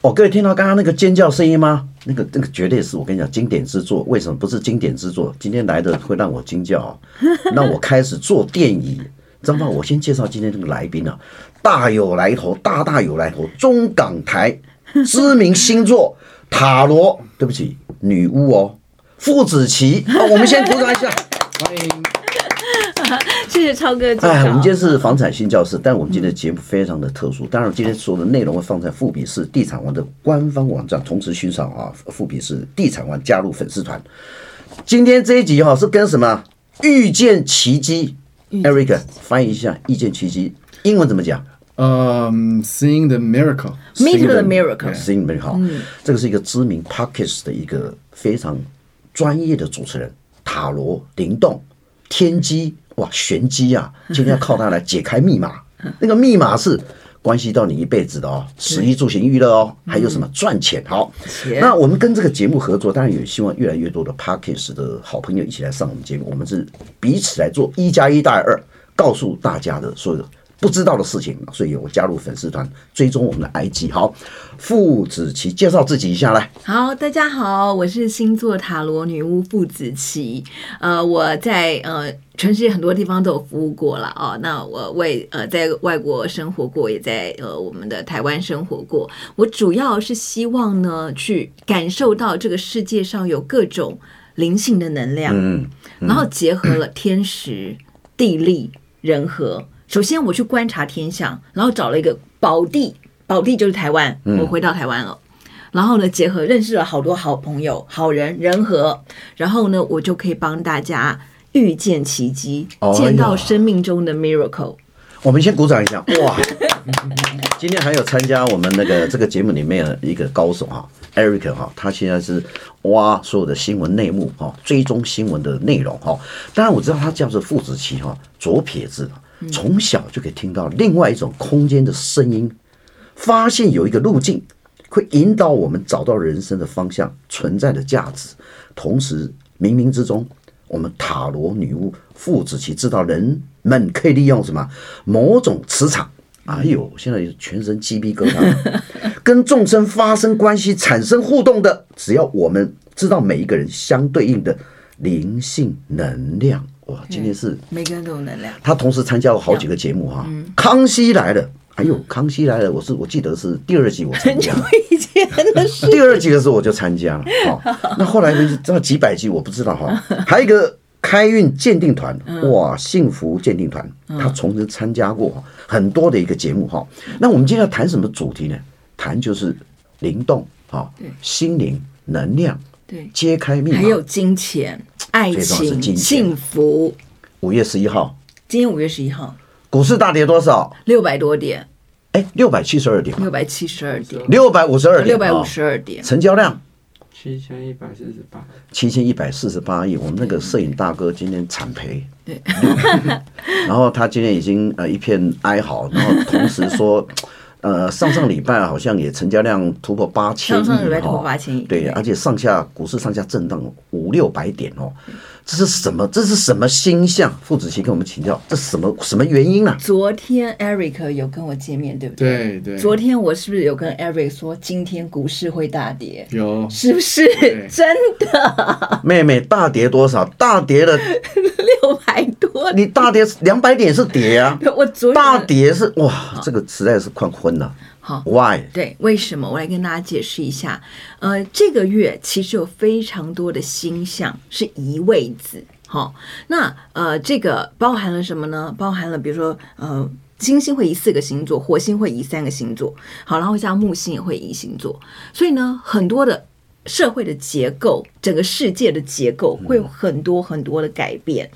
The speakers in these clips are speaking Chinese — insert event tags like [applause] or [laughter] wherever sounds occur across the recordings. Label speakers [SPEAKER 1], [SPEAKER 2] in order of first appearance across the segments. [SPEAKER 1] 哦，各位听到刚刚那个尖叫声音吗？那个那个绝对是我跟你讲经典之作。为什么不是经典之作？今天来的会让我惊叫、啊，让我开始做电椅。张爸，我先介绍今天这个来宾啊，大有来头，大大有来头，中港台知名星座塔罗，对不起，女巫哦，傅子琪。哦，我们先鼓掌一下，欢迎。
[SPEAKER 2] 谢谢超哥介
[SPEAKER 1] 哎，我
[SPEAKER 2] 绍
[SPEAKER 1] 们今天是房产新教室，但我们今天的节目非常的特殊。当然，今天所有的内容会放在富比士地产王的官方网站，同时欣赏啊富比士地产王加入粉丝团。今天这一集哈、是跟什么遇见奇迹？Eric 翻译一下遇见奇迹，英文怎么讲？
[SPEAKER 3] Um, seeing the miracle.
[SPEAKER 2] Meet the
[SPEAKER 1] m
[SPEAKER 2] Miracle，
[SPEAKER 1] i 你们好，这个是一个知名 Pockets 的一个非常专业的主持人，塔罗灵动天机哇玄机啊，今天要靠它来解开密码。那个密码是关系到你一辈子的哦，食衣住行娱乐哦，还有什么赚钱好。
[SPEAKER 2] 钱
[SPEAKER 1] 啊那我们跟这个节目合作，当然也希望越来越多的 Pockets 的好朋友一起来上我们节目，我们是彼此来做一加一大于二，告诉大家的所有的不知道的事情，所以我加入粉丝团，追踪我们的 IG。好，傅子琪介绍自己一下来，
[SPEAKER 2] 好，大家好，我是星座塔罗女巫傅子琪。呃，我在呃全世界很多地方都有服务过了哦。那我我也呃在外国生活过，也在呃我们的台湾生活过。我主要是希望呢，去感受到这个世界上有各种灵性的能量，
[SPEAKER 1] 嗯，
[SPEAKER 2] 然后结合了天时、地利、人和。首先，我去观察天象，然后找了一个宝地，宝地就是台湾，
[SPEAKER 1] 嗯
[SPEAKER 2] 我回到台湾了。然后呢，结合认识了好多好朋友、好人、人和，然后呢，我就可以帮大家遇见奇迹，
[SPEAKER 1] 哎呀
[SPEAKER 2] 见到生命中的 miracle。
[SPEAKER 1] 我们先鼓掌一下，哇！今天还有参加我们那个这个节目里面的一个高手哈、Eric 哈、他现在是挖所有的新闻内幕哈、追踪新闻的内容哈、当然我知道他叫做傅子琪哈、左撇子，从小就可以听到另外一种空间的声音，发现有一个路径，会引导我们找到人生的方向、存在的价值。同时，冥冥之中，我们塔罗女巫傅子琪知道人们可以利用什么某种磁场。哎呦，现在全身鸡皮疙瘩，跟众生发生关系、产生互动的，只要我们知道每一个人相对应的灵性能量。哇，今天是
[SPEAKER 2] 每个人都有能量，
[SPEAKER 1] 他同时参加过好几个节目哈、康熙来了》，哎呦，《康熙来了》，我是我记得是第二集我参加，
[SPEAKER 2] 以前的事。
[SPEAKER 1] 第二集的时候我就参加了。好、那后来呢，这几百集我不知道
[SPEAKER 2] [laughs]
[SPEAKER 1] 哈、还有一个开运鉴定团，
[SPEAKER 2] 嗯
[SPEAKER 1] 哇，幸福鉴定团，他从中参加过很多的一个节目哈、那我们今天要谈什么主题呢？谈就是灵动哈、心灵能量，
[SPEAKER 2] [laughs] 对，
[SPEAKER 1] 揭开密码
[SPEAKER 2] 还。有金钱、爱
[SPEAKER 1] 最重要是
[SPEAKER 2] 情、
[SPEAKER 1] 金钱
[SPEAKER 2] 幸福。
[SPEAKER 1] 五月十一号，
[SPEAKER 2] 今天五月十一号，
[SPEAKER 1] 股市大跌多少？
[SPEAKER 2] 六百多点，
[SPEAKER 1] 哎，六百七十二点，
[SPEAKER 2] 六百七十二点，
[SPEAKER 1] 六百五十二点，
[SPEAKER 2] 嗯六百
[SPEAKER 1] 哦
[SPEAKER 2] 五十二点。
[SPEAKER 1] 成交量
[SPEAKER 3] 七千一百四十八，
[SPEAKER 1] 七千一百四十八亿，我们那个摄影大哥今天惨赔，
[SPEAKER 2] 对，
[SPEAKER 1] [laughs] 然后他今天已经呃一片哀嚎，然后同时
[SPEAKER 2] [laughs]
[SPEAKER 1] 说，呃上上礼拜好像也成交量突破八千亿，
[SPEAKER 2] 上上礼拜突破
[SPEAKER 1] 哦
[SPEAKER 2] 8000亿
[SPEAKER 1] 对，
[SPEAKER 2] 对
[SPEAKER 1] 而且上下股市上下震荡五六百点哦，
[SPEAKER 2] 嗯
[SPEAKER 1] 这是什么？这是什么星象？傅子琪跟我们请教，这什么什么原因
[SPEAKER 2] [laughs]
[SPEAKER 1] 啊？
[SPEAKER 2] 昨天 Eric 有跟我见面，对不对？
[SPEAKER 3] 对对，
[SPEAKER 2] 昨天我是不是有跟 Eric 说今天股市会大跌？
[SPEAKER 3] 有
[SPEAKER 2] 是不是真的
[SPEAKER 1] 妹妹大跌多少？大跌了，
[SPEAKER 2] 六百多？
[SPEAKER 1] 你大跌两百点是跌
[SPEAKER 2] [laughs]
[SPEAKER 1] 啊，
[SPEAKER 2] 我昨
[SPEAKER 1] 大
[SPEAKER 2] 天
[SPEAKER 1] 跌是哇，这个实在是快昏了。
[SPEAKER 2] 好
[SPEAKER 1] Why？
[SPEAKER 2] 对，为什么？我来跟大家解释一下。呃，这个月其实有非常多的星象是移位子，好、那呃，这个包含了什么呢？包含了比如说呃。金星会移四个星座，火星会移三个星座，好，然后像木星也会移星座，所以呢，很多的社会的结构，整个世界的结构会有很多很多的改变。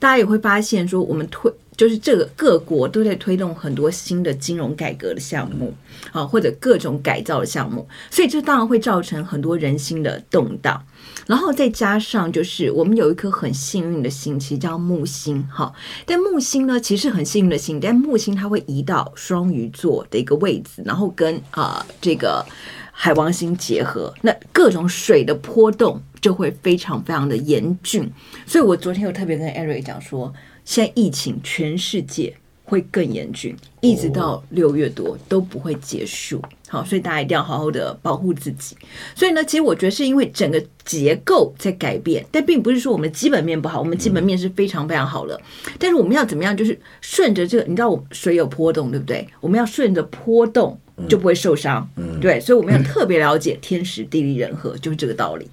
[SPEAKER 2] 大家也会发现说，我们推就是这个各国都在推动很多新的金融改革的项目啊，或者各种改造的项目，所以这当然会造成很多人心的动荡。然后再加上就是我们有一颗很幸运的星，其实叫木星哈。但木星呢，其实很幸运的星，但木星它会移到双鱼座的一个位置，然后跟啊、呃这个海王星结合，那各种水的波动就会非常非常的严峻。所以我昨天有特别跟 Eric 讲说，现在疫情全世界会更严峻，一直到六月多都不会结束。好，所以大家一定要好好的保护自己。所以呢，其实我觉得是因为整个结构在改变，但并不是说我们的基本面不好，我们基本面是非常非常好了。但是我们要怎么样，就是顺着这个，你知道，我们水有波动，对不对？我们要顺着波动就不会受伤。对，所以我们要特别了解天时地利人和，就是这个道理。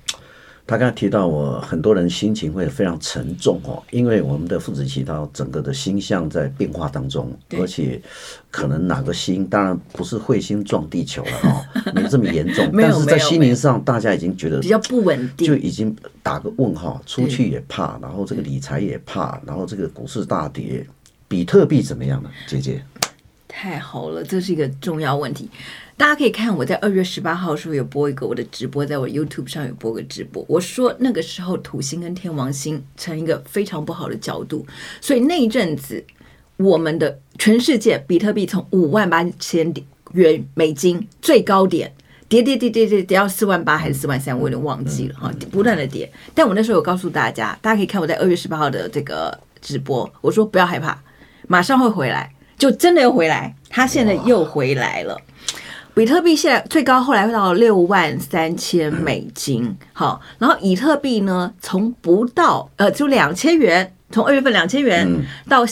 [SPEAKER 1] 他刚才提到我，很多人心情会非常沉重哦，因为我们的父子祈祷整个的星象在变化当中，
[SPEAKER 2] 对
[SPEAKER 1] 而且可能哪个星，当然不是彗星撞地球了
[SPEAKER 2] [laughs]，
[SPEAKER 1] 哈、没这么严重
[SPEAKER 2] 没有
[SPEAKER 1] 但是
[SPEAKER 2] 没有
[SPEAKER 1] 在心灵上，大家已经觉得
[SPEAKER 2] 比较不稳定
[SPEAKER 1] 就已经打个问号，出去也怕，然后这个理财也怕，然后这个股市大跌，比特币怎么样呢？姐姐，
[SPEAKER 2] 太好了，这是一个重要问题。大家可以看我在二月十八号的时候有播一个我的直播，在我 YouTube 上有播个直播。我说那个时候土星跟天王星成一个非常不好的角度，所以那一阵子我们的全世界比特币从五万八千元美金最高点跌跌跌跌跌跌到四万八还是四万三，我有点忘记了哈，不断的跌。但我那时候有告诉大家，大家可以看我在二月十八号的这个直播，我说不要害怕，马上会回来，就真的又回来，它现在又回来了。比特币现在最高后来会到六万三千美金，好，然后以特币呢，从不到呃就两千元，从二月份两千元到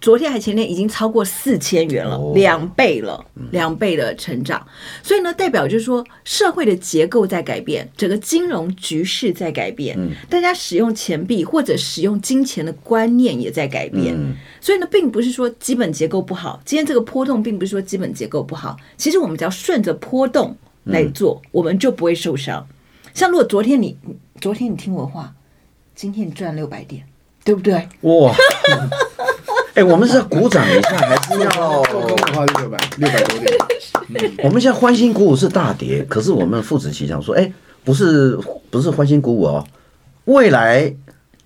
[SPEAKER 2] 昨天还前天已经超过四千元了
[SPEAKER 1] 哦，
[SPEAKER 2] 两倍了，两倍的成长。所以呢，代表就是说社会的结构在改变，整个金融局势在改变，大家使用钱币或者使用金钱的观念也在改变。所以呢，并不是说基本结构不好，今天这个波动并不是说基本结构不好，其实我们只要顺着波动来做，我们就不会受伤。像如果昨天你昨天你听我话，今天你赚六百点，对不对？
[SPEAKER 1] 哇， [laughs] 哎、我们是要鼓掌一下，还是哦要？
[SPEAKER 3] 做工的话是六百六百多点，
[SPEAKER 1] 我们现在欢欣鼓舞是大跌，可是我们父子齐想说，哎、不是不是欢欣鼓舞哦，未来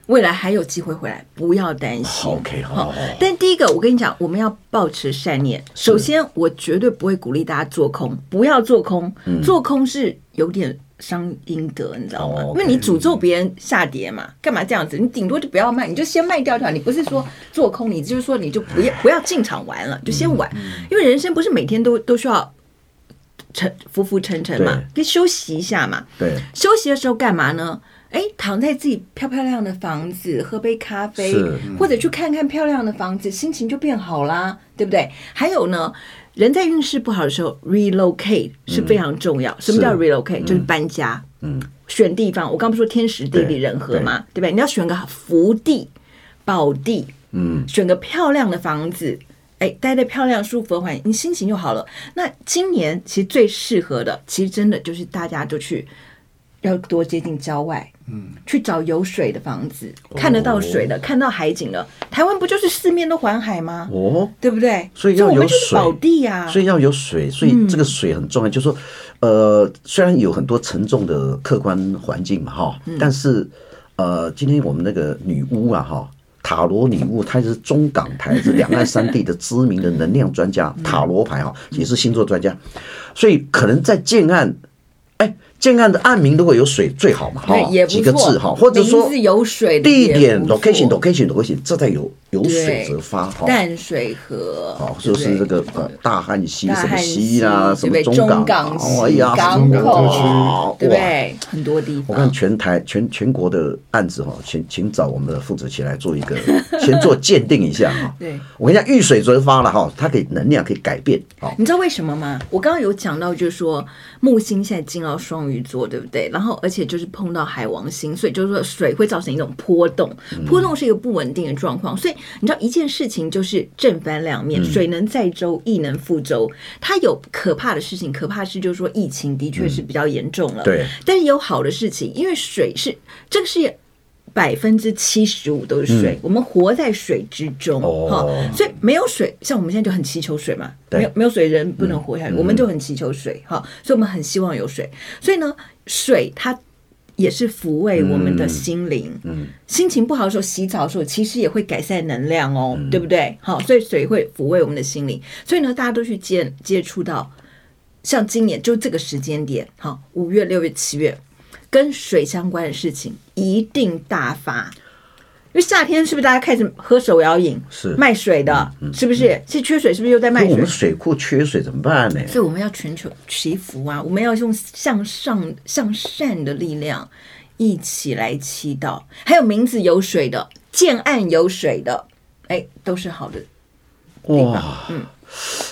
[SPEAKER 2] 未来还有机会回来，不要担心。
[SPEAKER 1] OK，好好好
[SPEAKER 2] 但第一个，我跟你讲，我们要保持善念。首先，我绝对不会鼓励大家做空，不要做空，
[SPEAKER 1] 嗯
[SPEAKER 2] 做空是有点。伤阴德，你知道吗
[SPEAKER 1] 哦？，OK
[SPEAKER 2] 因为你诅咒别人下跌嘛，干嘛这样子？你顶多就不要卖，你就先卖掉一条。你不是
[SPEAKER 1] 嗯
[SPEAKER 2] 说做空，你就是说你就不要不要进场玩了，就先玩，
[SPEAKER 1] 嗯
[SPEAKER 2] 因为人生不是每天都都需要沉浮浮沉沉嘛，可以休息一下嘛。
[SPEAKER 1] 对
[SPEAKER 2] 休息的时候干嘛呢？哎，躺在自己漂漂亮的房子，喝杯咖啡
[SPEAKER 1] 是，嗯
[SPEAKER 2] 或者去看看漂亮的房子，心情就变好啦，对不对？还有呢，人在运势不好的时候，relocate 是非常重要。什么叫
[SPEAKER 1] 嗯是
[SPEAKER 2] relocate？、就是搬家，嗯，选地方。我刚不是说天时地利
[SPEAKER 1] 对
[SPEAKER 2] 人和嘛，对不对？你要选个福地、宝地，
[SPEAKER 1] 嗯，
[SPEAKER 2] 选个漂亮的房子，哎，待在漂亮舒服的环境，你心情就好了。那今年其实最适合的，其实真的就是大家就去要多接近郊外，嗯，去找有水的房子，
[SPEAKER 1] 哦
[SPEAKER 2] 看得到水的，看到海景的。台湾不就是四面都环海吗？
[SPEAKER 1] 哦。
[SPEAKER 2] 对不对？
[SPEAKER 1] 所以要
[SPEAKER 2] 我
[SPEAKER 1] 有
[SPEAKER 2] 们就是
[SPEAKER 1] 水
[SPEAKER 2] 宝地啊呀、
[SPEAKER 1] 所以要有水，所
[SPEAKER 2] 嗯
[SPEAKER 1] 以这个水很重要。就是说，呃，虽然有很多沉重的客观环境嘛，哈，
[SPEAKER 2] 嗯
[SPEAKER 1] 但是，呃，今天我们那个女巫啊，哈，塔罗女巫，她是中港
[SPEAKER 2] [laughs]
[SPEAKER 1] 台是两岸三地的知名的能量专
[SPEAKER 2] 嗯
[SPEAKER 1] 家，塔罗牌哈，也是星座专家，所以可能在建案，哎，建案的案名如果有水最好嘛，哈
[SPEAKER 2] 对，，也不错
[SPEAKER 1] 几个字哈，或者说
[SPEAKER 2] 名字有水的
[SPEAKER 1] 地
[SPEAKER 2] 也
[SPEAKER 1] 点
[SPEAKER 2] 不错
[SPEAKER 1] location location location，这在有有水
[SPEAKER 2] 对
[SPEAKER 1] 则发哈。
[SPEAKER 2] 淡水河，
[SPEAKER 1] 哦，
[SPEAKER 2] 对
[SPEAKER 1] 就
[SPEAKER 2] 不对
[SPEAKER 1] 是这个呃大汉溪
[SPEAKER 2] 大
[SPEAKER 1] 什么
[SPEAKER 2] 汉
[SPEAKER 1] 溪啦，
[SPEAKER 2] 溪
[SPEAKER 1] 什么
[SPEAKER 2] 对不对
[SPEAKER 1] 港，
[SPEAKER 2] 中港溪
[SPEAKER 1] 哎呀，
[SPEAKER 2] 港
[SPEAKER 3] 口
[SPEAKER 1] 口
[SPEAKER 2] 对不
[SPEAKER 1] 哇
[SPEAKER 2] 对？很多地
[SPEAKER 1] 我看
[SPEAKER 2] 方。
[SPEAKER 1] 全台全全国的案子哈，请请找我们的父子起来做一个，先做鉴定一下哈。
[SPEAKER 2] 对，
[SPEAKER 1] 我跟你讲，遇水则发了哈，它可以能量可以改变哦。
[SPEAKER 2] 你知道为什么吗？我刚刚有讲到，就是说木星现在进到双鱼座，对不对？然后而且就是碰到海王星，所以就是说水会造成一种波动，
[SPEAKER 1] 嗯
[SPEAKER 2] 波动是一个不稳定的状况。所以你知道一件事情就是正反两面，
[SPEAKER 1] 嗯
[SPEAKER 2] 水能载舟，亦能覆舟。它有可怕的事情，可怕的是就是说疫情的确是比较严重了，
[SPEAKER 1] 对
[SPEAKER 2] 但是也有好的事情，因为水是这个是。百分之七十五都是水，我们活在水之中，
[SPEAKER 1] 哦
[SPEAKER 2] 哈、所以没有水，像我们现在就很祈求水嘛，
[SPEAKER 1] 对嗯
[SPEAKER 2] 没有没有水人不能活下去，我们就很祈求水哈，所以我们很希望有水。所以呢，水它也是抚慰我们的心灵。嗯，心情不好的时候，洗澡的时候，其实也会改善能量哦，
[SPEAKER 1] 嗯
[SPEAKER 2] 对不对？好，所以水会抚慰我们的心灵。所以呢，大家都去接接触到，像今年就这个时间点，好，五月、六月、七月，跟水相关的事情一定大发。因为夏天是不是大家开始喝手摇饮？
[SPEAKER 1] 是嗯
[SPEAKER 2] 卖水的，是不是？现在缺水是不是又在卖
[SPEAKER 1] 那我
[SPEAKER 2] 水
[SPEAKER 1] 们？水库缺水怎么办呢？
[SPEAKER 2] 所以我们要全球祈福啊，我们要用向上向善的力量一起来祈祷。还有名字有水的，建案有水的，哎，都是好的。
[SPEAKER 1] 哇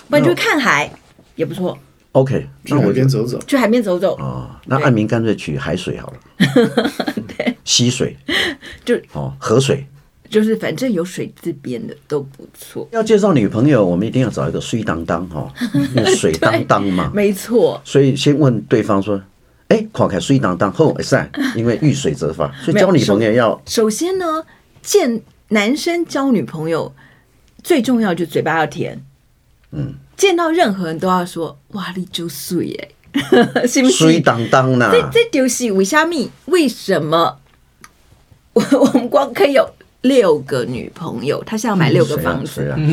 [SPEAKER 2] 不然就看海也不错，
[SPEAKER 1] ，OK，[laughs]
[SPEAKER 3] 去
[SPEAKER 1] 那
[SPEAKER 2] 嗯
[SPEAKER 1] 我
[SPEAKER 3] 海
[SPEAKER 1] 就 [laughs]
[SPEAKER 3] 边走走，
[SPEAKER 2] 去海边走走，
[SPEAKER 1] 哦，那岸民干脆取海水好了，
[SPEAKER 2] [laughs]
[SPEAKER 1] 溪水
[SPEAKER 2] 就
[SPEAKER 1] 哦，河水。
[SPEAKER 2] 就是反正有水字边的都不错。，
[SPEAKER 1] 要介绍女朋友，我们一定要找一个水当当哈，因为水当当嘛
[SPEAKER 2] 没错，
[SPEAKER 1] 所以先问对方说：“哎、看看水当当后会散，因为遇水则
[SPEAKER 2] [laughs]
[SPEAKER 1] 发。”所以交女朋友要
[SPEAKER 2] 首先呢，见男生交女朋友最重要就嘴巴要甜，嗯，见到任何人都要说哇，你就水耶， [laughs] 是不
[SPEAKER 1] 水
[SPEAKER 2] 是？
[SPEAKER 1] 当当呐，
[SPEAKER 2] 这这就是为虾米？为什么 [laughs] 我我们光可以有六个女朋友？他是要买六个
[SPEAKER 1] 谁啊
[SPEAKER 2] 房
[SPEAKER 1] 谁
[SPEAKER 2] 子，
[SPEAKER 1] 啊
[SPEAKER 2] [laughs]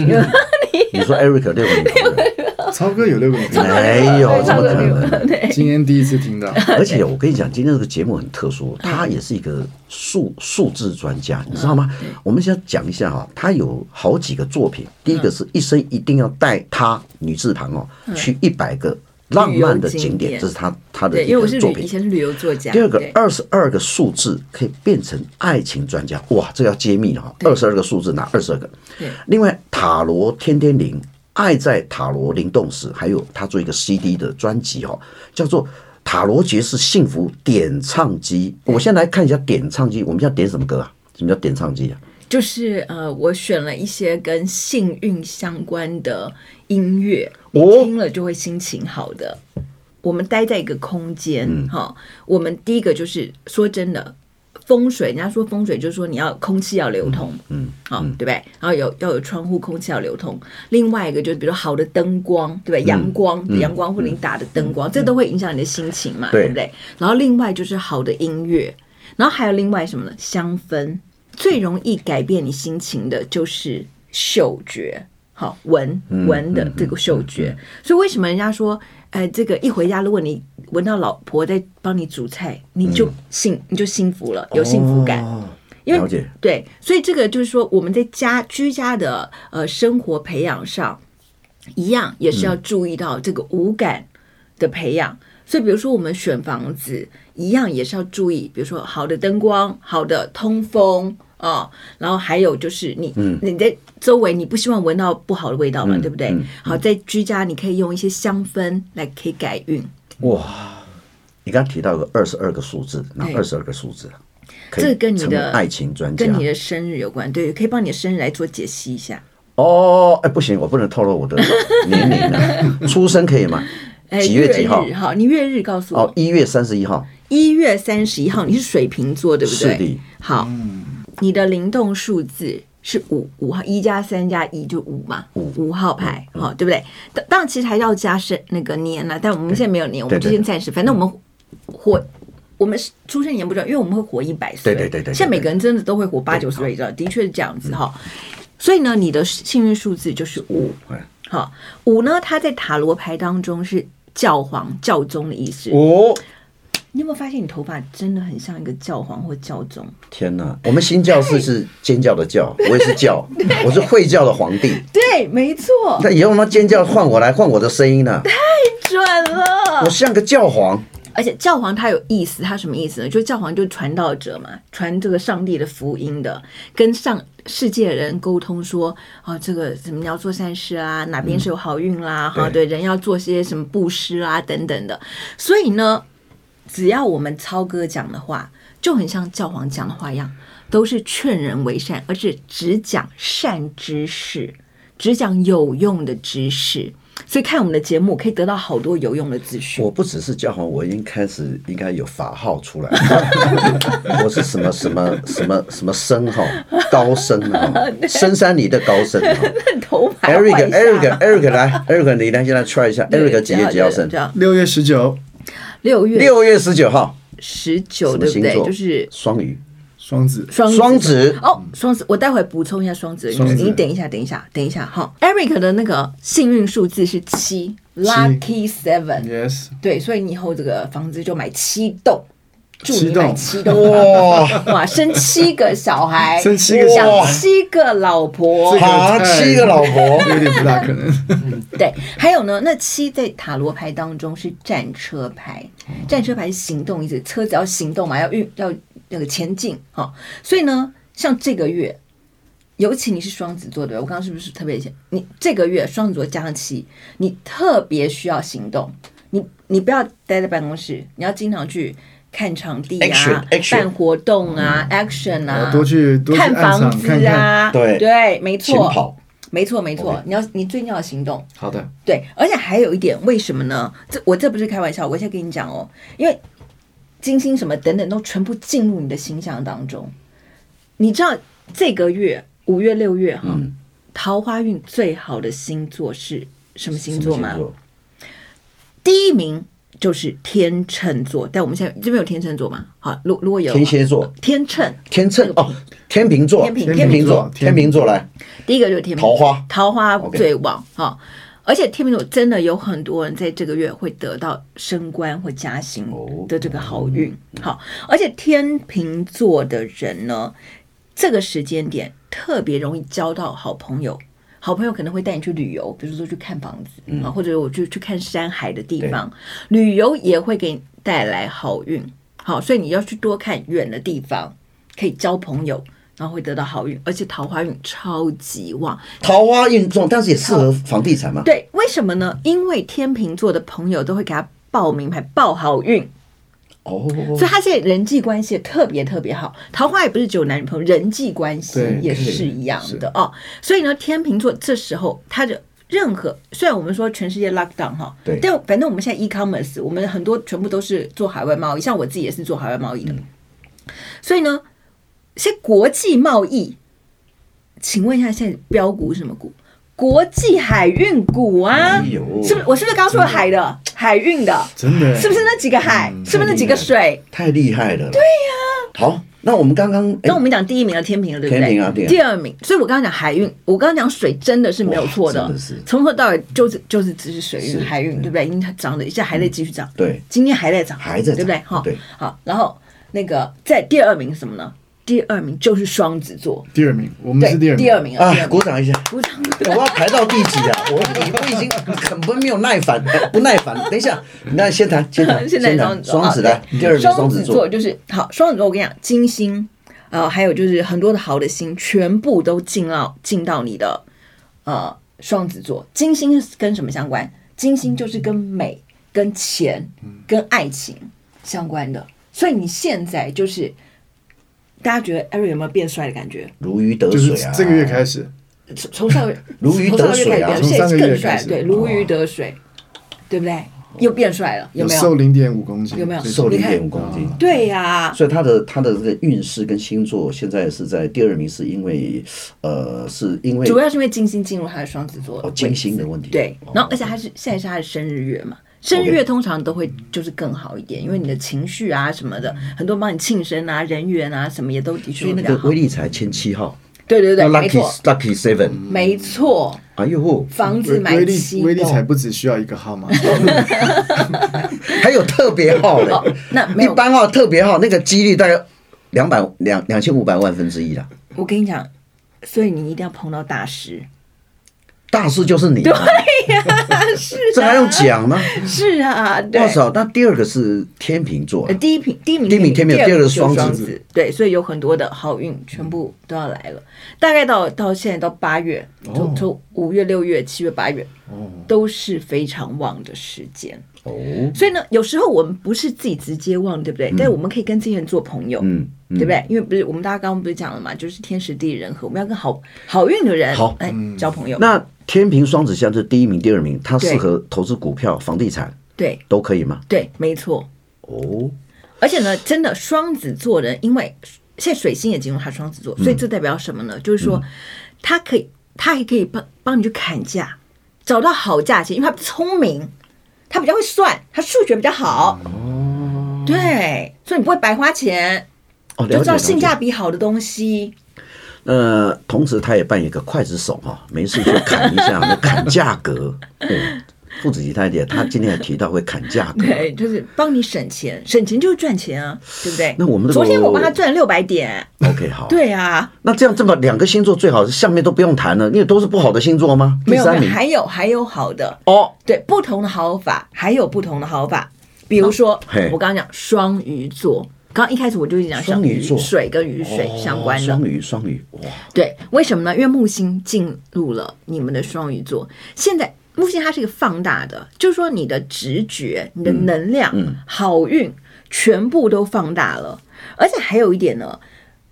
[SPEAKER 1] 你说 Eric 六个女朋友
[SPEAKER 3] 超哥有六个女朋友，
[SPEAKER 1] 没有，怎
[SPEAKER 2] 超
[SPEAKER 1] 么
[SPEAKER 2] 过
[SPEAKER 1] 可
[SPEAKER 2] 六
[SPEAKER 1] 能？ [laughs]
[SPEAKER 2] 个，对。
[SPEAKER 3] 今天第一次听到，
[SPEAKER 2] [laughs]
[SPEAKER 1] 而且我跟你讲，今天这个节目很特殊，
[SPEAKER 2] 嗯
[SPEAKER 1] 他也是一个数数字专家，你知道吗？我们先讲一下哈、啊他有好几个作品，第一
[SPEAKER 2] 嗯
[SPEAKER 1] 个是一生一定要带他女字旁哦，去一百个浪漫的景
[SPEAKER 2] 旅游景点
[SPEAKER 1] 点，这是他他的
[SPEAKER 2] 对，
[SPEAKER 1] 一
[SPEAKER 2] 因为我
[SPEAKER 1] 个
[SPEAKER 2] 是
[SPEAKER 1] 作
[SPEAKER 2] 旅以
[SPEAKER 1] 品。
[SPEAKER 2] 前是旅游作家。
[SPEAKER 1] 第二个
[SPEAKER 2] 对，
[SPEAKER 1] 二十二个数字可以变成爱情专家，哇，这要揭秘了哈、
[SPEAKER 2] 对
[SPEAKER 1] 二十二个数字哪二十二个
[SPEAKER 2] 对？
[SPEAKER 1] 另外，塔罗天天灵，爱在塔罗灵动时，还有他做一个 CD 的专辑哈、叫做。塔罗爵士幸福点唱机，我先来看一下点唱机，我们现在点什么歌啊？什么叫点唱机啊？
[SPEAKER 2] 就是呃，我选了一些跟幸运相关的音乐，你
[SPEAKER 1] 哦
[SPEAKER 2] 听了就会心情好的。我们待在一个空间，哈、我们第一个就是说真的，风水，人家说风水就是说你要空气要流通，嗯，好、对不对？然后有要有窗户，空气要流通。另外一个就是比如好的灯光，对不对？阳光，阳光或者你打的灯光，这都会影响你的心情嘛，
[SPEAKER 1] 对
[SPEAKER 2] 嗯对不对？然后另外就是好的音乐，然后还有另外什么呢？香氛最容易改变你心情的就是嗅觉，好闻闻的这个嗅觉。所以为什么人家说，哎、这个一回家，如果你闻到老婆在帮你煮菜，你就幸、你就幸福了，有幸福感。
[SPEAKER 1] 哦
[SPEAKER 2] 因为
[SPEAKER 1] 了解
[SPEAKER 2] 对，所以这个就是说，我们在家居家的呃生活培养上，一样也是要注意到这个五感的培养。所以，比如说我们选房子，一样也是要注意，比如说好的灯光、好的通风哦，然后还有就是你、
[SPEAKER 1] 嗯
[SPEAKER 2] 你在周围，你不希望闻到不好的味道嘛，对不对？
[SPEAKER 1] 嗯
[SPEAKER 2] 好，在居家你可以用一些香氛来可以改运。
[SPEAKER 1] 哇！你刚刚提到个二十二个数字，那
[SPEAKER 2] 对
[SPEAKER 1] 二十二个数字啊，可
[SPEAKER 2] 这
[SPEAKER 1] 以
[SPEAKER 2] 跟你
[SPEAKER 1] 成为
[SPEAKER 2] 的
[SPEAKER 1] 爱情专家，
[SPEAKER 2] 跟你的生日有关，对，可以帮你的生日来做解析一下。
[SPEAKER 1] 哦，哎，不行，我不能透露我的年龄
[SPEAKER 2] [laughs]
[SPEAKER 1] 啊，出生可以吗？
[SPEAKER 2] 哎，
[SPEAKER 1] 几月几号
[SPEAKER 2] 月日？哈，你月日告诉我
[SPEAKER 1] 哦，。一月三十一号。
[SPEAKER 2] 一月三十一号，你是水瓶座，对不
[SPEAKER 1] 是
[SPEAKER 2] 对？
[SPEAKER 1] 的
[SPEAKER 2] 好，
[SPEAKER 3] 嗯
[SPEAKER 2] 你的灵动数字是五，五号一加三加一就五嘛，五五号牌，好、对不对？当当然，其实还要加生那个年了、但我们现在没有年，我们
[SPEAKER 1] 对
[SPEAKER 2] 就
[SPEAKER 1] 对
[SPEAKER 2] 先暂时，反正我们活。我们是出生年不知道，因为我们会活一百岁。
[SPEAKER 1] 对对对对对嗯
[SPEAKER 2] 现在每个人真的都会活八九十岁以上，的确是这样子哈。所以呢，你的幸运数字就是五。
[SPEAKER 1] 哎
[SPEAKER 2] 好，五呢，它在塔罗牌当中是教皇、教宗的意思。
[SPEAKER 1] 哦，
[SPEAKER 2] 你有没有发现你头发真的很像一个教皇或教宗？
[SPEAKER 1] 天哪！我们新教士是尖叫的叫，我也是叫，我是会叫的皇帝。
[SPEAKER 2] 对，没错，
[SPEAKER 1] 那以后他妈尖叫换我来换我的声音呢？
[SPEAKER 2] 准了
[SPEAKER 1] 我。像个教皇。
[SPEAKER 2] 而且教皇他有意思，他什么意思呢？就教皇就是传道者嘛，传这个上帝的福音的，跟上世界人沟通说，哦，这个怎么要做善事啊，哪边是有好运啦，哈、对，
[SPEAKER 1] 对
[SPEAKER 2] 人要做些什么布施啊，等等的。所以呢，只要我们超哥讲的话，就很像教皇讲的话一样，都是劝人为善，而且只讲善知识，只讲有用的知识。所以看我们的节目可以得到好多有用的资讯。
[SPEAKER 1] 我不只是教皇，我已经开始应该有法号
[SPEAKER 2] [laughs]
[SPEAKER 1] 出来了。我是什么什么什么什么僧哈，高僧
[SPEAKER 2] [laughs]
[SPEAKER 1] 哈，深山里的高僧哈。
[SPEAKER 2] 头
[SPEAKER 1] [laughs]
[SPEAKER 2] 发换一下
[SPEAKER 1] Eric Eric 哎 Eric 来，Eric 你来现在 try 一下
[SPEAKER 2] [laughs] 对
[SPEAKER 1] ，Eric 几月几号生
[SPEAKER 2] 这？样
[SPEAKER 3] 六月十九，
[SPEAKER 2] 六月
[SPEAKER 1] 六月十九号，
[SPEAKER 2] 十九，
[SPEAKER 1] 什么
[SPEAKER 2] 对不
[SPEAKER 1] 星
[SPEAKER 2] 哦对？
[SPEAKER 1] 座？
[SPEAKER 2] 就是
[SPEAKER 1] 双鱼。
[SPEAKER 3] 双子，
[SPEAKER 2] 双子
[SPEAKER 1] 双子
[SPEAKER 2] 哦，双子，我待会补充一下双子的运势。
[SPEAKER 3] 双子
[SPEAKER 2] 你等一下，等一下，等一下哈。Eric 的那个幸运数字是七，Lucky Seven，
[SPEAKER 3] ，yes，
[SPEAKER 2] 对，所以你以后这个房子就买七栋，祝你买七栋房， [laughs]
[SPEAKER 1] 哇，
[SPEAKER 2] 哇，生七个小孩，
[SPEAKER 3] 生七个
[SPEAKER 1] 小孩
[SPEAKER 2] 养七个老婆
[SPEAKER 3] 这个，
[SPEAKER 1] 啊
[SPEAKER 3] 太
[SPEAKER 1] 七个老婆
[SPEAKER 3] 有点不大
[SPEAKER 2] [laughs]
[SPEAKER 3] 可能。
[SPEAKER 2] 对，还有呢，那七在塔罗牌当中是战车牌，战车牌是行动意思，车子要行动嘛，要运要那个前进哈、哦所以呢，像这个月，尤其你是双子座对吧？我刚刚是不是特别讲，你这个月双子座加上七，你特别需要行动，你你不要待在办公室，你要经常去。看场地啊
[SPEAKER 1] Action, action
[SPEAKER 2] 办活动啊、a c t i o n 啊，
[SPEAKER 3] 嗯呃多去多去
[SPEAKER 2] 看
[SPEAKER 3] 暗
[SPEAKER 2] 房
[SPEAKER 3] 场
[SPEAKER 2] 子
[SPEAKER 3] 看看。
[SPEAKER 2] 啊，
[SPEAKER 1] 对
[SPEAKER 2] 对，没
[SPEAKER 1] 勤
[SPEAKER 2] 错
[SPEAKER 1] 跑，
[SPEAKER 2] 没错没错
[SPEAKER 1] OK，
[SPEAKER 2] 你要你最近要行动，
[SPEAKER 3] 好的，
[SPEAKER 2] 对，而且还有一点，为什么呢？这我这不是开玩笑，我先跟你讲哦，因为金星什么等等都全部进入你的星象当中。你知道这个月五月六月哈、
[SPEAKER 1] 嗯
[SPEAKER 2] 桃花运最好的星座是什么星座吗？第一名就是天秤座，但我们现在这边有天秤座吗？好，如如果有
[SPEAKER 1] 天蝎座、
[SPEAKER 2] 天秤，
[SPEAKER 1] 天秤哦，天秤座、
[SPEAKER 2] 天秤
[SPEAKER 1] 秤座、天秤
[SPEAKER 3] 天秤座
[SPEAKER 1] 座来，
[SPEAKER 2] 第一个就是天秤
[SPEAKER 1] 桃花
[SPEAKER 2] 桃花
[SPEAKER 1] OK
[SPEAKER 2] 最旺哈、哦而且天秤座真的有很多人在这个月会得到升官或加薪
[SPEAKER 1] 哦
[SPEAKER 2] 的这个好运。好、而且天秤座的人呢，这个时间点特别容易交到好朋友。好朋友可能会带你去旅游，比如说去看房子啊、或者我就去看山海的地方。旅游也会给你带来好运，好，所以你要去多看远的地方，可以交朋友，然后会得到好运，而且桃花运超级旺。
[SPEAKER 1] 桃花运重，但是也适合房地产嘛。
[SPEAKER 2] 对，为什么呢？因为天秤座的朋友都会给他报名牌报好运，
[SPEAKER 1] 哦，
[SPEAKER 2] 所以他现在人际关系也特别特别好。桃花也不是只有男女朋友，人际关系
[SPEAKER 3] 对
[SPEAKER 2] 也是一样的哦。所以呢，天秤座这时候他的任何，虽然我们说全世界 lockdown 哈，
[SPEAKER 1] 对
[SPEAKER 2] 但反正我们现在 e-commerce，我们很多全部都是做海外贸易，像我自己也是做海外贸易的，所以呢，些国际贸易，请问一下，现在标股是什么股？国际海运股啊
[SPEAKER 1] 哎，呦
[SPEAKER 2] 是不是？我是不是刚刚说海的海运的？
[SPEAKER 3] 真的
[SPEAKER 2] 是不是那几个海？是不是那几个水？
[SPEAKER 1] 太厉害了。对呀。好，那我们刚刚哎
[SPEAKER 2] 那我们讲第一名的天平了，对不对？
[SPEAKER 1] 天平啊对啊
[SPEAKER 2] 第二名，所以我刚刚讲海运，我刚刚讲水真的是没有错
[SPEAKER 1] 哇真的是
[SPEAKER 2] 从头到尾就是就是只是水
[SPEAKER 1] 是嗯
[SPEAKER 2] 运、海运，对不对？已经涨的，现在还在继续涨，
[SPEAKER 1] 对
[SPEAKER 2] 今天还在涨，
[SPEAKER 1] 还在涨
[SPEAKER 2] 对不对？哈，
[SPEAKER 1] 对，
[SPEAKER 2] 好，然后那个在第二名是什么呢？第二名就是双子座，
[SPEAKER 3] 第二名，我们
[SPEAKER 2] 对
[SPEAKER 3] 是，第二名。
[SPEAKER 2] 第二名啊，第
[SPEAKER 1] 啊，
[SPEAKER 2] 二
[SPEAKER 1] 鼓
[SPEAKER 2] 名，
[SPEAKER 1] 掌一下。
[SPEAKER 2] 鼓掌，
[SPEAKER 1] 我要排到第几啊？我我已经很不没有耐烦，不耐烦。等一下，那先谈，先谈，
[SPEAKER 2] [laughs] 现在
[SPEAKER 1] 先
[SPEAKER 2] 双
[SPEAKER 1] 谈
[SPEAKER 2] 子座
[SPEAKER 1] 双子来
[SPEAKER 2] 啊，
[SPEAKER 1] 第二名
[SPEAKER 2] 双
[SPEAKER 1] 子
[SPEAKER 2] 子
[SPEAKER 1] 座
[SPEAKER 2] 座，就是好，双子座我跟你讲，金星，呃，还有就是很多的好的星，全部都进到进到你的呃双子座。金星是跟什么相关？金星就是跟美、跟钱、
[SPEAKER 1] 嗯
[SPEAKER 2] 跟爱情相关的。所以你现在就是，大家觉得艾瑞有没有变帅的感觉？
[SPEAKER 1] 如鱼得
[SPEAKER 3] 就是
[SPEAKER 1] 水啊。
[SPEAKER 3] 这个月开始，
[SPEAKER 2] 从从上
[SPEAKER 1] [laughs] 如鱼
[SPEAKER 2] 从上
[SPEAKER 1] 得水啊
[SPEAKER 2] 个月开始
[SPEAKER 3] 从上
[SPEAKER 2] 现
[SPEAKER 3] 个
[SPEAKER 2] 在
[SPEAKER 3] 月
[SPEAKER 2] 更帅
[SPEAKER 3] 开
[SPEAKER 2] 了，
[SPEAKER 3] 始
[SPEAKER 2] 对，如
[SPEAKER 1] 哦
[SPEAKER 2] 鱼得水，对不对？又变帅了，有没有
[SPEAKER 3] 瘦？零点五公斤，
[SPEAKER 2] 有没有
[SPEAKER 3] 最
[SPEAKER 1] 瘦
[SPEAKER 3] 近
[SPEAKER 1] 零
[SPEAKER 2] 你看
[SPEAKER 1] 点五公斤。
[SPEAKER 2] 对呀、
[SPEAKER 1] 所以他的他的这个运势跟星座现在是在第二名，是因为呃，是因为
[SPEAKER 2] 主要是因为金星进入他的双子座的
[SPEAKER 1] 哦
[SPEAKER 2] 位置
[SPEAKER 1] 金星的问题。
[SPEAKER 2] 对，
[SPEAKER 1] 哦
[SPEAKER 2] 然后而且他是现在是他的生日月嘛，生日月通常都会就是更好一点，因为你的情绪啊什么的，很多帮你庆生啊、人缘啊什么也都的
[SPEAKER 1] 嗯
[SPEAKER 2] 确
[SPEAKER 1] 所以
[SPEAKER 2] 会
[SPEAKER 1] 那
[SPEAKER 2] 比较
[SPEAKER 1] 个
[SPEAKER 2] 好
[SPEAKER 1] 威。力才千七号，
[SPEAKER 2] 对对对，
[SPEAKER 1] 叫
[SPEAKER 2] 没
[SPEAKER 1] Lucky
[SPEAKER 2] 错，
[SPEAKER 1] Lucky Seven，
[SPEAKER 2] 没错，
[SPEAKER 1] 哎呦吼，
[SPEAKER 2] 房子买
[SPEAKER 3] 威力
[SPEAKER 2] 七
[SPEAKER 3] 威力才
[SPEAKER 2] 栋。
[SPEAKER 3] 不只需要一个
[SPEAKER 2] [laughs]
[SPEAKER 3] 号码，
[SPEAKER 1] 还有特别号嘞
[SPEAKER 2] 哦，那 [laughs]
[SPEAKER 1] [laughs]
[SPEAKER 2] 没
[SPEAKER 1] 一
[SPEAKER 2] 有
[SPEAKER 1] 般号、特别号那个几率大概两百两两千五百万分之一啦。
[SPEAKER 2] 我跟你讲，所以你一定要碰到大师。
[SPEAKER 1] 大师就是你嘛，
[SPEAKER 2] [laughs] 是
[SPEAKER 1] 这还用讲吗？
[SPEAKER 2] 是啊，对
[SPEAKER 1] 哇。塞，那第二个是天秤座啊
[SPEAKER 2] 呃，，第一名，第一名，
[SPEAKER 1] 第一名天秤第
[SPEAKER 2] 第
[SPEAKER 1] 二
[SPEAKER 2] 名
[SPEAKER 1] 个
[SPEAKER 2] 就是
[SPEAKER 1] 双子
[SPEAKER 2] 双子，对，所以有很多的好运全部都要来了。大概到到现在到八月，
[SPEAKER 1] 哦
[SPEAKER 2] 从从五月、六月、七月、八月，都是非常旺的时间。
[SPEAKER 1] 哦，
[SPEAKER 2] 所以呢，有时候我们不是自己直接旺，对不对？但我们可以跟这些人做朋友，
[SPEAKER 1] 嗯
[SPEAKER 2] 对不对？因为不是我们大家刚刚不是讲了嘛，就是天时地利人和，我们要跟好好运的人
[SPEAKER 1] 好嗯
[SPEAKER 2] 哎交朋友。
[SPEAKER 1] 那天平双子像是第一名、第二名，它适
[SPEAKER 2] 对
[SPEAKER 1] 合投资股票、房地产
[SPEAKER 2] 对
[SPEAKER 1] 都可以吗？
[SPEAKER 2] 对，没错。
[SPEAKER 1] 哦，
[SPEAKER 2] 而且呢，真的双子座人，因为现在水星也进入他双子座，所以这代表什么呢？就
[SPEAKER 1] 嗯
[SPEAKER 2] 是说，他可以，他也可以帮帮你去砍价，找到好价钱，因为他聪明，他比较会算，他数学比较好。哦，对，所以你不会白花钱，
[SPEAKER 1] 哦，了
[SPEAKER 2] 就
[SPEAKER 1] 解
[SPEAKER 2] 知道
[SPEAKER 1] 了
[SPEAKER 2] 性
[SPEAKER 1] 解。
[SPEAKER 2] 价比好的东西。
[SPEAKER 1] 呃，
[SPEAKER 2] [laughs]
[SPEAKER 1] 同时他也扮演一个刽子手哈、没事就砍一下，那砍价格。嗯父子级探险，他今天也提到会砍价格。
[SPEAKER 2] 对，就是帮你省钱，省钱就是赚钱啊，对不对？
[SPEAKER 1] 那我们这个哦
[SPEAKER 2] 昨天我帮他赚六百点，
[SPEAKER 1] OK，好。
[SPEAKER 2] 对啊，
[SPEAKER 1] 那这样这么两个星座最好是下面都不用谈了，因为都是不好的星座吗？第
[SPEAKER 2] 没有，
[SPEAKER 1] 三
[SPEAKER 2] 没
[SPEAKER 1] 名
[SPEAKER 2] 有还有还有好的，
[SPEAKER 1] 哦，
[SPEAKER 2] 对，不同的好法还有不同的好法，比如说、
[SPEAKER 1] 嘿
[SPEAKER 2] 我刚刚讲双鱼座，刚刚一开始我就一直讲
[SPEAKER 1] 双
[SPEAKER 2] 像
[SPEAKER 1] 鱼
[SPEAKER 2] 雨
[SPEAKER 1] 座
[SPEAKER 2] 水跟雨水相关
[SPEAKER 1] 哦
[SPEAKER 2] 的，
[SPEAKER 1] 双鱼，双鱼，哇，
[SPEAKER 2] 对，为什么呢？因为木星进入了你们的双鱼座，现在木星它是一个放大的，就是说你的直觉、
[SPEAKER 1] 嗯
[SPEAKER 2] 你的能量、好运全部都放大了，而且还有一点呢。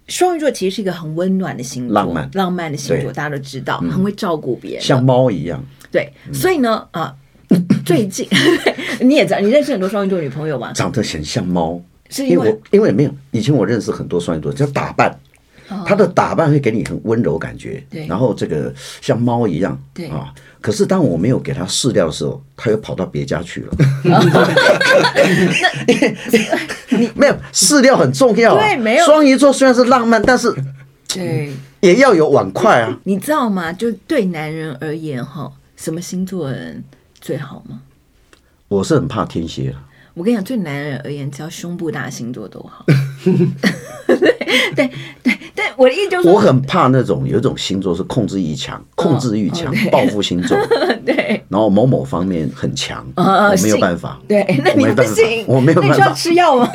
[SPEAKER 2] 双鱼座其实是一个很温暖的星座，
[SPEAKER 1] 浪漫
[SPEAKER 2] 浪漫的星座，
[SPEAKER 1] 对嗯
[SPEAKER 2] 大家都知道，很会照顾别人的，
[SPEAKER 1] 像猫一样。
[SPEAKER 2] 对，
[SPEAKER 1] 嗯
[SPEAKER 2] 所以呢，啊， [coughs] 最近 [laughs] 你也知道，你认识很多双鱼座女朋友吗？
[SPEAKER 1] 长得很像猫，
[SPEAKER 2] 嗯是因
[SPEAKER 1] 因
[SPEAKER 2] 为
[SPEAKER 1] 为我因为没有以前我认识很多双鱼座，叫打扮，他的打扮会给你很温柔感觉，
[SPEAKER 2] 哦对
[SPEAKER 1] 然后这个像猫一样，
[SPEAKER 2] 对
[SPEAKER 1] 啊。可是当我没有给它饲料的时候，它又跑到别家去了。
[SPEAKER 2] 哦
[SPEAKER 1] [laughs] 没有饲料很重要、啊，
[SPEAKER 2] 对没有
[SPEAKER 1] 双鱼座虽然是浪漫，但是
[SPEAKER 2] 对，
[SPEAKER 1] 也要有碗筷啊。
[SPEAKER 2] 嗯你知道吗？就对男人而言，哈，什么星座的人最好吗？
[SPEAKER 1] 我是很怕天蝎啊，
[SPEAKER 2] 我跟你讲，对男人而言，只要胸部大星座都
[SPEAKER 1] [laughs]
[SPEAKER 2] 好。对对对对，我的意思就是说，
[SPEAKER 1] 我很怕那种有一种星座是控制欲强，控制欲强
[SPEAKER 2] 哦对，
[SPEAKER 1] 报复星座，
[SPEAKER 2] [laughs] 对
[SPEAKER 1] 然后某某方面很强，
[SPEAKER 2] 呃
[SPEAKER 1] 我没有
[SPEAKER 2] 性
[SPEAKER 1] 办法。
[SPEAKER 2] 对，那你
[SPEAKER 1] 我没
[SPEAKER 2] 不
[SPEAKER 1] 办法
[SPEAKER 2] 行，
[SPEAKER 1] 我没有
[SPEAKER 2] 那你需
[SPEAKER 1] 办
[SPEAKER 2] 要
[SPEAKER 1] 法
[SPEAKER 2] 吃药吗？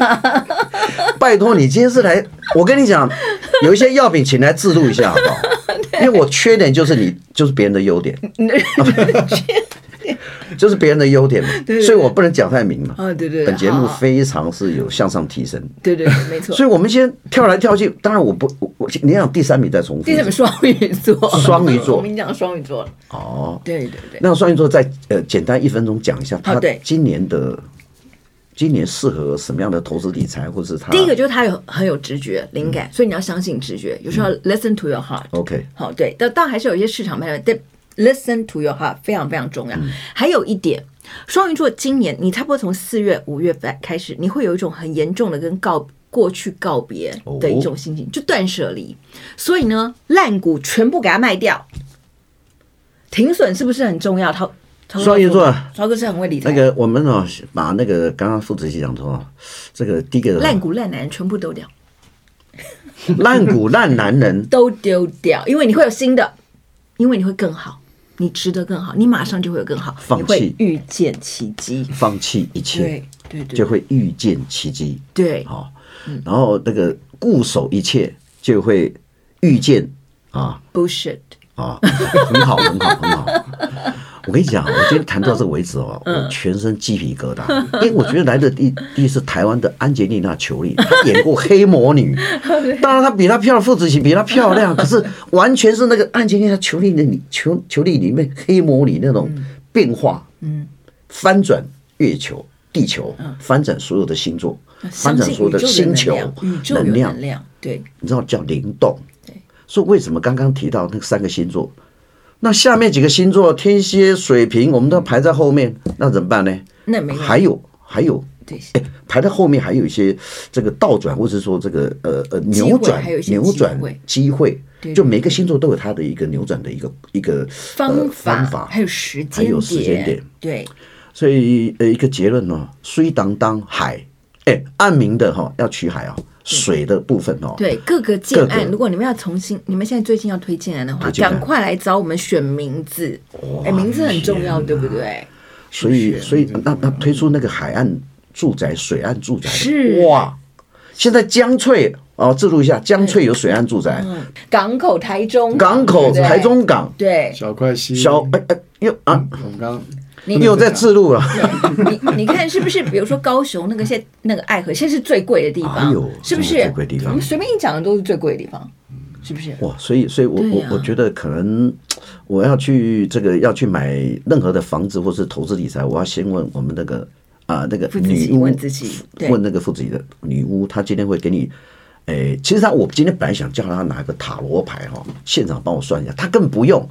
[SPEAKER 2] [laughs]
[SPEAKER 1] 拜托你今天是来，我跟你讲，有一些药品请来自录一下好不好？
[SPEAKER 2] [laughs]
[SPEAKER 1] 因为我缺点就是你就是别人的优点， [laughs] 就是别人的优点嘛，
[SPEAKER 2] 对对
[SPEAKER 1] 所以我不能讲太明嘛。
[SPEAKER 2] 哦，对对对，
[SPEAKER 1] 本节目
[SPEAKER 2] 好好
[SPEAKER 1] 非常是有向上提升，
[SPEAKER 2] 对对对，没错。
[SPEAKER 1] 所以我们先跳来跳去，当然我不我我你想第三名再重复
[SPEAKER 2] 第
[SPEAKER 1] 一
[SPEAKER 2] 什么
[SPEAKER 1] 次
[SPEAKER 2] 双鱼座？
[SPEAKER 1] 双鱼座
[SPEAKER 2] 我跟你讲双鱼座了。
[SPEAKER 1] 哦。
[SPEAKER 2] 对对对。
[SPEAKER 1] 那双鱼座再呃简单一分钟讲一下，他
[SPEAKER 2] 哦对
[SPEAKER 1] 今年的今年适合什么样的投资理财，或是他
[SPEAKER 2] 第一个就是他有很有直觉、
[SPEAKER 1] 嗯
[SPEAKER 2] 灵感，所以你要相信直觉。有时候 listen to your heart，、
[SPEAKER 1] OK
[SPEAKER 2] 好对，但但还是有一些市场判断，但 listen to your heart 非常非常重
[SPEAKER 1] 嗯
[SPEAKER 2] 要。还有一点，双鱼座今年你差不多从四月、五月份开始，你会有一种很严重的跟告过去告别的一种
[SPEAKER 1] 哦
[SPEAKER 2] 心情，就断舍离。所以呢，烂股全部给它卖掉，停损是不是很重要？涛涛哥
[SPEAKER 1] 双鱼座
[SPEAKER 2] 说涛哥是很会理财
[SPEAKER 1] 那，个我们哦，把那个刚刚副主席讲说哦，这个第一个
[SPEAKER 2] 烂股烂男人全部都掉。
[SPEAKER 1] 烂股烂男
[SPEAKER 2] [laughs]
[SPEAKER 1] 人，
[SPEAKER 2] 都丢掉，因为你会有新的，因为你会更好，你值得更好，你马上就会有更好，
[SPEAKER 1] 放
[SPEAKER 2] 你会
[SPEAKER 1] 弃
[SPEAKER 2] 遇见奇迹。
[SPEAKER 1] 放弃一切
[SPEAKER 2] 对对
[SPEAKER 1] 就
[SPEAKER 2] 对
[SPEAKER 1] 会遇见奇迹，
[SPEAKER 2] 对，
[SPEAKER 1] 好、
[SPEAKER 2] 嗯
[SPEAKER 1] 然后那个固守一切就会遇见啊
[SPEAKER 2] bullshit。
[SPEAKER 1] 啊，很好很好很好。我跟你讲，我今天谈到这个为止哦，
[SPEAKER 2] 嗯
[SPEAKER 1] 我全身鸡皮疙瘩，因为我觉得来的第第一是台湾的安吉丽娜·裘丽，她演过黑魔女，
[SPEAKER 2] [laughs]
[SPEAKER 1] 当然她比她漂亮，父子情比她漂亮，可是完全是那个安吉丽娜·裘丽的里裘裘丽里面黑魔女那种变化，嗯，翻转月球、地球，翻转所有的星座，翻
[SPEAKER 2] 嗯相
[SPEAKER 1] 转
[SPEAKER 2] 信
[SPEAKER 1] 所有
[SPEAKER 2] 宇
[SPEAKER 1] 的
[SPEAKER 2] 宙
[SPEAKER 1] 星球
[SPEAKER 2] 的能量，宇宙有能量，对，
[SPEAKER 1] 你知道叫灵动
[SPEAKER 2] 对。
[SPEAKER 1] 所以为什么刚刚提到那三个星座，那下面几个星座天蝎、水瓶，我们都排在后面，那怎么办呢？
[SPEAKER 2] 那没
[SPEAKER 1] 还有还有，
[SPEAKER 2] 对，
[SPEAKER 1] 排在后面还有一些这个倒转，或者说这个呃呃
[SPEAKER 2] 机会
[SPEAKER 1] 扭转
[SPEAKER 2] 还有一、些
[SPEAKER 1] 扭转
[SPEAKER 2] 机会
[SPEAKER 1] 机会
[SPEAKER 2] 对，
[SPEAKER 1] 就每个星座都有它的一个扭转的一个一个
[SPEAKER 2] 方
[SPEAKER 1] 呃
[SPEAKER 2] 法
[SPEAKER 1] 方法
[SPEAKER 2] 还有时
[SPEAKER 1] 还有时间点
[SPEAKER 2] 点，对，
[SPEAKER 1] 所以呃，一个结论呢，水当当海，哎，暗明的哈、要取海啊、水的部分哦，
[SPEAKER 2] 对各个建
[SPEAKER 1] 各
[SPEAKER 2] 案，
[SPEAKER 1] 个
[SPEAKER 2] 如果你们要重新，你们现在最近要推建案的话，
[SPEAKER 1] 推荐案
[SPEAKER 2] 赶快来找我们选名字，哎，名字很重要，对不对？
[SPEAKER 1] 所以所以那那推出那个海岸住宅、水岸住宅的
[SPEAKER 2] 是
[SPEAKER 1] 哇，现在江翠哦，记录一下，江翠有水岸住宅，
[SPEAKER 2] 港口、台中、
[SPEAKER 1] 港
[SPEAKER 2] 对
[SPEAKER 1] 口、
[SPEAKER 2] 嗯不对
[SPEAKER 1] 台，中港、
[SPEAKER 2] 对，
[SPEAKER 3] 小块西，
[SPEAKER 1] 小哎哎又啊
[SPEAKER 3] 嗯我们刚
[SPEAKER 2] 你
[SPEAKER 1] 又在自录了，
[SPEAKER 2] 你你看是不是？比如说高雄那个现那个爱河，现在是最贵的地
[SPEAKER 1] 哎
[SPEAKER 2] 方，
[SPEAKER 1] 呦
[SPEAKER 2] 是不是？
[SPEAKER 1] 真的最贵的地方
[SPEAKER 2] 我们随便一讲的都是最贵的地方，是不是？
[SPEAKER 1] 哇，所以所以我
[SPEAKER 2] 对
[SPEAKER 1] 我
[SPEAKER 2] 呀
[SPEAKER 1] 我觉得可能我要去这个要去买任何的房子或是投资理财，我要先问我们那个啊那个
[SPEAKER 2] 父子
[SPEAKER 1] 女
[SPEAKER 2] 棋
[SPEAKER 1] 巫
[SPEAKER 2] 问自己对
[SPEAKER 1] 问那个父子棋的女巫，她今天会给你。诶，其实她我今天本来想叫她拿个塔罗牌哈、现场帮我算一下，她更不用，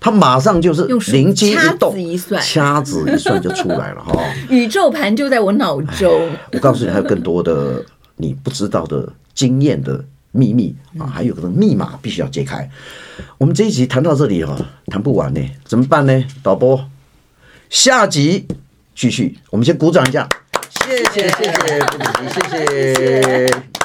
[SPEAKER 1] 她马上就是
[SPEAKER 2] 用手
[SPEAKER 1] 灵机
[SPEAKER 2] 掐
[SPEAKER 1] 一动
[SPEAKER 2] 指，一算
[SPEAKER 1] 掐指一算就出来了哈、
[SPEAKER 2] 宇宙盘就在我脑中，
[SPEAKER 1] 我告诉你，还有更多的你不知道的经验的秘密啊，还有可能密码必须要揭开。我们这一集谈到这里哦，谈不完呢，怎么办呢？导播，下集继续，我们先鼓掌一下，谢谢谢谢，不止谢谢。